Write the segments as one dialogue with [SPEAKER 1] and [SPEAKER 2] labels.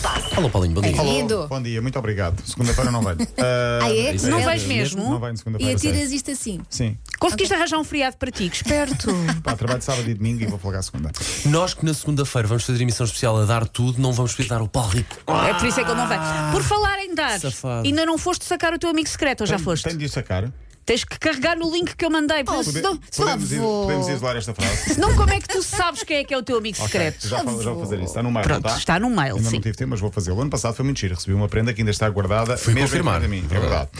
[SPEAKER 1] passa?
[SPEAKER 2] Alô, Paulinho,
[SPEAKER 3] É
[SPEAKER 2] bom dia.
[SPEAKER 1] Alô. Lindo.
[SPEAKER 3] Bom dia, muito obrigado. Segunda-feira não venho. Ah,
[SPEAKER 1] Ah, é?
[SPEAKER 2] isso
[SPEAKER 1] Não
[SPEAKER 2] é.
[SPEAKER 1] vai-
[SPEAKER 4] vais mesmo?
[SPEAKER 3] Não venho segunda-feira.
[SPEAKER 1] E
[SPEAKER 3] sério.
[SPEAKER 1] atiras isto assim.
[SPEAKER 3] Sim.
[SPEAKER 4] Conseguiste arranjar um feriado para ti, que esperto.
[SPEAKER 3] Pá, trabalho de sábado e domingo e vou folgar segunda.
[SPEAKER 2] Nós que na segunda-feira vamos fazer emissão especial a dar tudo, não vamos poder dar o pau rico.
[SPEAKER 4] é por isso é que ele não vai. Por falar em dar,
[SPEAKER 2] Safado.
[SPEAKER 4] ainda não foste sacar o teu amigo secreto ou já
[SPEAKER 3] Tenho-
[SPEAKER 4] foste?
[SPEAKER 3] Tenho de o sacar.
[SPEAKER 4] Tens que carregar no link que eu mandei. porque
[SPEAKER 3] Pode-
[SPEAKER 4] se não- se não-
[SPEAKER 3] podemos, ir-
[SPEAKER 1] vou.
[SPEAKER 3] podemos isolar esta frase.
[SPEAKER 4] Senão, como é que tu sabes quem é que é o teu amigo
[SPEAKER 3] Ok,
[SPEAKER 4] secreto?
[SPEAKER 3] Já, fal- já vou fazer isso. Está no mail,
[SPEAKER 4] Pronto,
[SPEAKER 3] tá?
[SPEAKER 4] está no mail,
[SPEAKER 3] Ainda
[SPEAKER 4] sim.
[SPEAKER 3] não tive tempo, mas vou fazê-lo. Ano passado foi muito giro. Recebi uma prenda que ainda está guardada.
[SPEAKER 2] Fui
[SPEAKER 3] mesmo
[SPEAKER 2] confirmar.
[SPEAKER 3] em frente a mim, é verdade.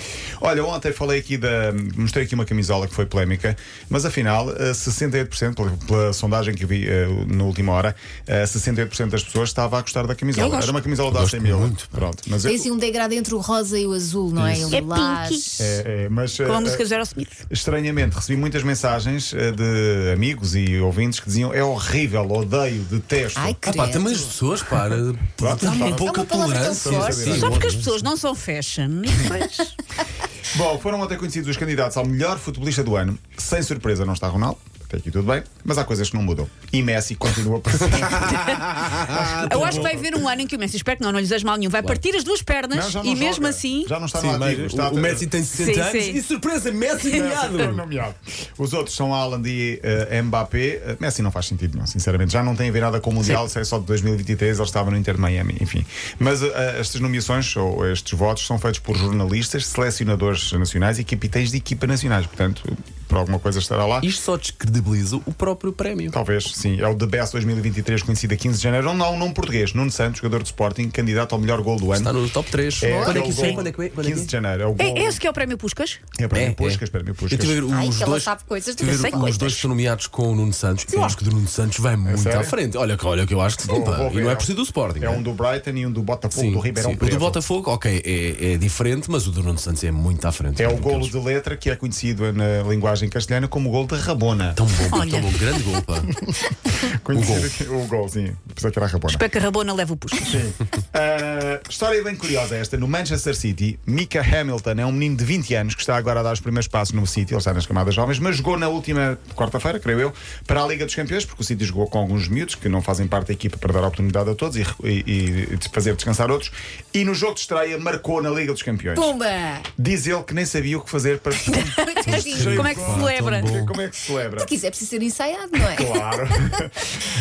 [SPEAKER 3] Olha, ontem falei aqui da. Mostrei aqui uma camisola que foi polémica, mas afinal, eh, 68%, pela, pela sondagem que vi eh, na última hora, eh, 68% das pessoas estava a gostar da camisola.
[SPEAKER 4] Eu gosto.
[SPEAKER 3] Era uma camisola da
[SPEAKER 2] gosto
[SPEAKER 3] 100 mil.
[SPEAKER 2] muito.
[SPEAKER 3] Pronto, mas eu-
[SPEAKER 1] Tem assim um degrau entre o rosa e o azul, não é?
[SPEAKER 3] Isso.
[SPEAKER 1] O
[SPEAKER 4] É
[SPEAKER 1] lilás.
[SPEAKER 4] pinky.
[SPEAKER 3] É, é, mas,
[SPEAKER 4] Com a
[SPEAKER 3] eh,
[SPEAKER 4] música de Aerosmith.
[SPEAKER 3] Estranhamente, recebi muitas mensagens eh, de amigos e ouvintes que diziam é horrível, odeio, detesto.
[SPEAKER 1] Ai,
[SPEAKER 2] Ah, pá, também as
[SPEAKER 1] credo.
[SPEAKER 2] pessoas, pá, dá
[SPEAKER 3] É
[SPEAKER 2] uma
[SPEAKER 3] uma
[SPEAKER 2] pouca
[SPEAKER 1] palavra tão
[SPEAKER 2] tolerância.
[SPEAKER 1] forte.
[SPEAKER 2] Sim,
[SPEAKER 4] Só porque as
[SPEAKER 2] olha.
[SPEAKER 4] pessoas não são fashion. pois.
[SPEAKER 3] Bom, foram ontem conhecidos os candidatos ao melhor futebolista do ano. Sem surpresa, não está Ronaldo. Até aqui tudo bem, mas há coisas que não mudam. E Messi continua a presente.
[SPEAKER 4] eu acho que vai haver um ano em que o Messi, espero que não, não lhes dás mal nenhum, vai partir as duas pernas e mesmo assim.
[SPEAKER 3] Já não está
[SPEAKER 2] Sim,
[SPEAKER 3] no
[SPEAKER 2] mas
[SPEAKER 3] ativo. está
[SPEAKER 2] o, o Messi tem 60
[SPEAKER 4] Sim,
[SPEAKER 2] anos
[SPEAKER 4] sim.
[SPEAKER 2] e surpresa, Messi ganhado.
[SPEAKER 3] Foi nomeado. Os outros são Haaland e eh, Mbappé. Eh, Messi não faz sentido nenhum, sinceramente. Já não tem a ver nada com o Mundial, se é só de 2023, ele estava no Inter de Miami, enfim. Mas eh, estas nomeações ou estes votos são feitos por jornalistas, selecionadores nacionais e capitães de equipa nacionais. Portanto, por alguma coisa estará lá.
[SPEAKER 2] Isto só descredibiliza o próprio prémio.
[SPEAKER 3] Talvez, sim. É o The Best 2023, conhecido a 15 de janeiro. Não, há um nome português. Nuno Santos, jogador de Sporting, candidato ao melhor gol do ano.
[SPEAKER 2] Está no top 3.
[SPEAKER 3] É,
[SPEAKER 2] quando é
[SPEAKER 3] o
[SPEAKER 2] que isso
[SPEAKER 3] gol-
[SPEAKER 2] é? Quando é que é? Quando é que
[SPEAKER 3] 15 de janeiro. É o gol.
[SPEAKER 4] É esse que é o prémio Puscas?
[SPEAKER 3] É para mim,
[SPEAKER 2] É,
[SPEAKER 3] Puscas,
[SPEAKER 2] é.
[SPEAKER 3] para mim,
[SPEAKER 2] Eu
[SPEAKER 3] Puscas.
[SPEAKER 2] tive a ver
[SPEAKER 1] Ai,
[SPEAKER 2] os
[SPEAKER 1] que ela
[SPEAKER 2] dois.
[SPEAKER 1] sabe coisas,
[SPEAKER 2] tive a
[SPEAKER 1] eu
[SPEAKER 2] ver
[SPEAKER 1] sei
[SPEAKER 2] os
[SPEAKER 1] coisas.
[SPEAKER 2] dois que são nomeados com o Nuno Santos. Eu acho que o do Nuno Santos vai muito
[SPEAKER 3] sério?
[SPEAKER 2] à frente. Olha, que- olha que eu acho que sim,
[SPEAKER 3] Vou-
[SPEAKER 2] pá.
[SPEAKER 3] vou ver.
[SPEAKER 2] E não é por si do Sporting.
[SPEAKER 3] É um do Brighton e um do Botafogo,
[SPEAKER 2] Sim,
[SPEAKER 3] do Ribeirão
[SPEAKER 2] sim. O
[SPEAKER 3] Preto.
[SPEAKER 2] do Botafogo, ok, é, é diferente, mas o do Nuno Santos é muito à frente.
[SPEAKER 3] É o
[SPEAKER 2] Aqueles-
[SPEAKER 3] golo de letra que é conhecido na linguagem castelhana como o gol da Rabona.
[SPEAKER 2] Tão bom,
[SPEAKER 4] Olha.
[SPEAKER 2] tão bom, grande gol, pá.
[SPEAKER 3] Conhecido aqui- o gol, sim. Apesar que era a Rabona.
[SPEAKER 4] Espero que a Rabona leve o Puscas.
[SPEAKER 3] Ah, história bem curiosa esta. No Manchester City, Mika Hamilton é um menino de 20 anos que está agora a dar os primeiros passos no City. Ele está nas camadas jovens, mas jogou na última quarta-feira, creio eu, para a Liga dos Campeões, porque o City jogou com alguns miúdos que não fazem parte da equipa para dar a oportunidade a todos e, e- e de fazer descansar outros. E no jogo de estreia, marcou na Liga dos Campeões.
[SPEAKER 1] Pumba!
[SPEAKER 3] Diz ele que nem sabia o que fazer para.
[SPEAKER 1] Coitadinho.
[SPEAKER 4] Como é que
[SPEAKER 2] Pá,
[SPEAKER 4] se
[SPEAKER 2] tão
[SPEAKER 4] celebra?
[SPEAKER 2] bom.
[SPEAKER 3] Como é que se celebra?
[SPEAKER 1] Porque isso é preciso ser ensaiado, não é?
[SPEAKER 3] Claro.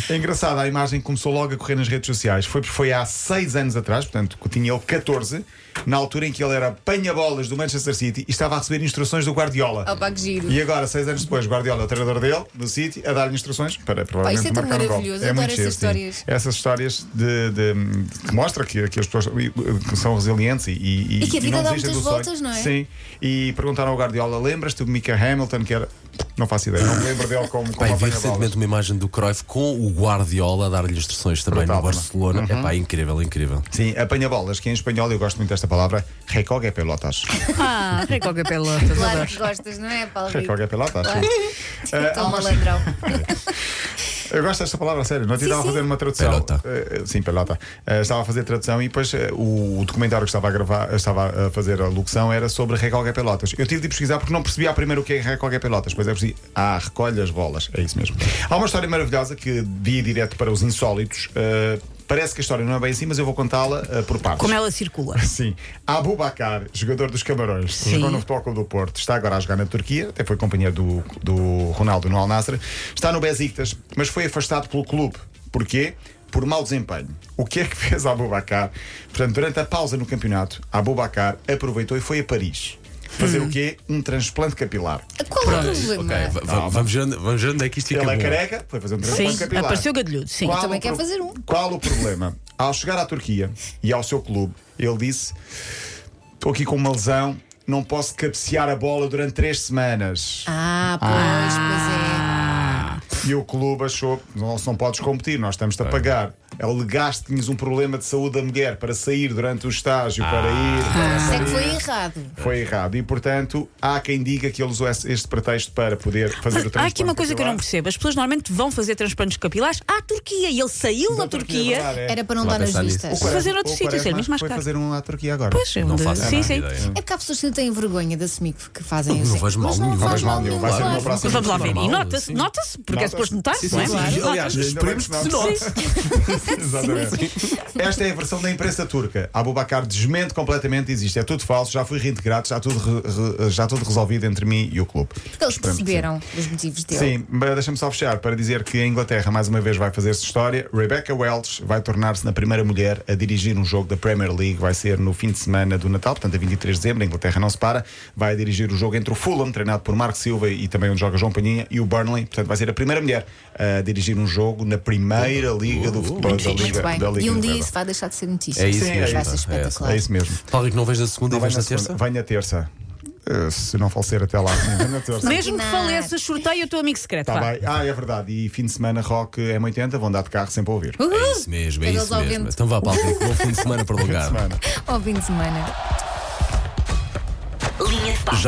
[SPEAKER 3] É engraçado, a imagem começou logo a correr nas redes sociais. Foi, foi há seis anos atrás, portanto, tinha ele 14, na altura em que ele era apanha-bolas do Manchester City e estava a receber instruções do Guardiola.
[SPEAKER 1] Opa, que giro.
[SPEAKER 3] E agora, seis anos depois, Guardiola, é o treinador dele, do City, a dar-lhe instruções para provavelmente
[SPEAKER 1] é tão
[SPEAKER 3] marcar um gol.
[SPEAKER 1] maravilhoso, adoro
[SPEAKER 3] muito
[SPEAKER 1] essas
[SPEAKER 3] giro, sim.
[SPEAKER 1] histórias.
[SPEAKER 3] Essas histórias de, de- de- que mostra que, que as pessoas que são resilientes e, e,
[SPEAKER 1] E que a vida
[SPEAKER 3] não
[SPEAKER 1] dá
[SPEAKER 3] desistem
[SPEAKER 1] muitas
[SPEAKER 3] do sonho.
[SPEAKER 1] voltas, não é?
[SPEAKER 3] Sim. E perguntaram ao Guardiola: lembras-te do Mika Hamilton, que era. Não faço ideia, não me lembro dele como, como
[SPEAKER 2] Pai, vi
[SPEAKER 3] apanha-bolas.
[SPEAKER 2] recentemente uma imagem do Cruyff com o Guardiola a dar-lhe instruções também
[SPEAKER 3] Brutal, né? Uhum.
[SPEAKER 2] no Barcelona. É pá, incrível, incrível.
[SPEAKER 3] Sim, apanha-bolas, que em espanhol eu gosto muito desta palavra, recogue pelotas.
[SPEAKER 4] Ah, recolga pelotas.
[SPEAKER 1] Claro
[SPEAKER 4] adoro.
[SPEAKER 1] que gostas, É não é, Paulo? Rico?
[SPEAKER 3] Recogue pelotas.
[SPEAKER 1] Claro.
[SPEAKER 3] Eh, há
[SPEAKER 1] Tão
[SPEAKER 3] uma-
[SPEAKER 1] malandrão.
[SPEAKER 3] Eu gosto desta palavra, a sério. Não te
[SPEAKER 1] Sim,
[SPEAKER 3] estava a
[SPEAKER 1] sim.
[SPEAKER 3] fazer uma tradução.
[SPEAKER 2] Pelota.
[SPEAKER 3] Eh, sim, pelota. Eh, estava a fazer tradução e depois eh, o documentário que estava a gravar, eh, estava a fazer a locução era sobre recolga pelotas. Eu tive de pesquisar porque não percebia primeiro o que é recolga pelotas. Pois é, percebi. Ah, recolhe as bolas. É isso mesmo. Há uma história maravilhosa que vi direto para os insólitos. Eh, parece que a história não é bem assim, mas eu vou contá-la eh, por partes.
[SPEAKER 1] é
[SPEAKER 4] Como ela circula.
[SPEAKER 3] Sim. Abubacar, jogador dos Camarões,
[SPEAKER 4] Sim.
[SPEAKER 3] jogou no Futebol Clube do Porto, está agora a jogar na Turquia, até foi companheiro do, do Ronaldo no Al Nassr, está no Besiktas, mas foi afastado pelo clube. Porquê? Por mau desempenho. O que é que fez Abubacar? Portanto, durante a pausa no campeonato, Abubacar aproveitou e foi a Paris.
[SPEAKER 4] Hum.
[SPEAKER 3] Fazer o quê? Um transplante capilar.
[SPEAKER 1] Qual é o problema?
[SPEAKER 4] né?
[SPEAKER 2] Ok, va- va- vamos ver onde- vamos ver onde é que isto fica.
[SPEAKER 3] Ele é
[SPEAKER 2] bom.
[SPEAKER 3] careca, foi fazer um transplante
[SPEAKER 4] Sim,
[SPEAKER 3] capilar.
[SPEAKER 4] apareceu gadilhudo, sim.
[SPEAKER 3] Qual
[SPEAKER 1] também
[SPEAKER 3] o
[SPEAKER 1] quero fazer um.
[SPEAKER 3] Qual o problema? Ao chegar à Turquia e ao seu clube, ele disse: Estou aqui com uma lesão, não posso cabecear a bola durante três semanas.
[SPEAKER 1] Ah, pois, é.
[SPEAKER 3] Ah, E o clube achou: Não, se não podes competir, nós estamos-te a pagar. Alegaste que tinhas um problema de saúde da mulher para sair durante o estágio, para
[SPEAKER 4] Ah.
[SPEAKER 3] ir. para
[SPEAKER 1] pois é.
[SPEAKER 3] sair.
[SPEAKER 1] Sei que foi errado.
[SPEAKER 3] Foi errado. E, portanto, há quem diga que ele usou esse- este pretexto para poder fazer
[SPEAKER 4] Mas
[SPEAKER 3] o
[SPEAKER 4] há aqui uma
[SPEAKER 3] transplante
[SPEAKER 4] coisa que eu não
[SPEAKER 3] capilar.
[SPEAKER 4] percebo. As pessoas normalmente vão fazer transplantes capilares à Turquia e ele saiu da,
[SPEAKER 3] Da
[SPEAKER 4] Turquia.
[SPEAKER 3] é verdade, é.
[SPEAKER 1] Era para não
[SPEAKER 2] Lá
[SPEAKER 1] dar nas
[SPEAKER 2] pensar nisso.
[SPEAKER 1] vistas.
[SPEAKER 4] Quaresma- fazer outro
[SPEAKER 3] o
[SPEAKER 4] sítio,
[SPEAKER 3] Quaresma
[SPEAKER 4] seria mesmo mais
[SPEAKER 3] Foi
[SPEAKER 4] caro.
[SPEAKER 3] fazer um à Turquia agora.
[SPEAKER 4] Pois, é
[SPEAKER 2] Não
[SPEAKER 4] onde-
[SPEAKER 2] faço a
[SPEAKER 4] Sim,
[SPEAKER 2] mínima
[SPEAKER 4] sim.
[SPEAKER 2] ideia.
[SPEAKER 1] É porque há pessoas que não têm vergonha de assumir que que fazem
[SPEAKER 2] Não
[SPEAKER 1] isso.
[SPEAKER 2] faz mal
[SPEAKER 1] Mas não
[SPEAKER 2] nenhum. Não
[SPEAKER 1] faz
[SPEAKER 2] faz
[SPEAKER 1] mal
[SPEAKER 3] mal nenhum.
[SPEAKER 1] nenhum.
[SPEAKER 3] Vai ser
[SPEAKER 1] claro.
[SPEAKER 3] uma próxima.
[SPEAKER 4] Vamos lá ver.
[SPEAKER 2] Normal,
[SPEAKER 4] E nota-se,
[SPEAKER 2] sim.
[SPEAKER 4] nota-se, porque é
[SPEAKER 3] Nota-se.
[SPEAKER 4] suposto notar-se,
[SPEAKER 2] Sim,
[SPEAKER 4] não é?
[SPEAKER 2] sim, sim.
[SPEAKER 4] Nota-se.
[SPEAKER 2] Aliás,
[SPEAKER 3] Ainda bem
[SPEAKER 2] esperemos que
[SPEAKER 3] que
[SPEAKER 2] se
[SPEAKER 3] não.
[SPEAKER 2] note.
[SPEAKER 3] Exatamente. Esta é a versão da imprensa turca. Abubakar desmente completamente, existe. É tudo falso, já fui reintegrado, está tudo, re- re- já tudo resolvido entre mim e o clube.
[SPEAKER 1] Porque eles
[SPEAKER 3] Esperamos que
[SPEAKER 1] perceberam os motivos dele.
[SPEAKER 3] Sim, mas deixa-me só fechar para dizer que a Inglaterra mais uma vez vai fazer-se história. Rebecca Welch vai tornar-se na primeira mulher a dirigir um jogo da Premier League. Vai ser no fim de semana do Natal, portanto, a 23 de dezembro. A Inglaterra não se para. Vai dirigir o jogo entre o Fulham, treinado por Marco Silva e também onde joga João Paninha, e o Burnley. Portanto, vai ser a primeira mulher a dirigir um jogo na primeira liga do futebol da
[SPEAKER 1] Muito
[SPEAKER 3] Liga.
[SPEAKER 1] bem.
[SPEAKER 3] da Liga
[SPEAKER 1] e um dia
[SPEAKER 3] Inglesa.
[SPEAKER 1] isso vai deixar de ser notícia.
[SPEAKER 2] É isso
[SPEAKER 3] Sim, é
[SPEAKER 2] mesmo.
[SPEAKER 1] Vai ser
[SPEAKER 2] tá? É essa.
[SPEAKER 1] espetacular.
[SPEAKER 3] É isso mesmo.
[SPEAKER 2] Paulo Rico, não vens na segunda e
[SPEAKER 3] Não
[SPEAKER 2] vens na
[SPEAKER 3] na segunda,
[SPEAKER 2] terça?
[SPEAKER 3] Venha terça. Eh, se não falecer até lá. sim, Venha terça.
[SPEAKER 4] Mesmo que faleças, sorteia o teu amigo secreto.
[SPEAKER 3] Tá
[SPEAKER 4] vá.
[SPEAKER 3] bem. Ah, é verdade. E fim de semana rock M80, vão dar de carro sempre a ouvir.
[SPEAKER 2] É
[SPEAKER 1] Uhul!
[SPEAKER 2] isso mesmo, é
[SPEAKER 1] Todos
[SPEAKER 2] isso
[SPEAKER 1] ao
[SPEAKER 2] mesmo.
[SPEAKER 1] vento.
[SPEAKER 2] Então vá, Paulo Rico, bom fim de semana prolongado.
[SPEAKER 3] Semana.
[SPEAKER 1] Ao fim de semana.
[SPEAKER 5] Linha de passe.
[SPEAKER 2] Já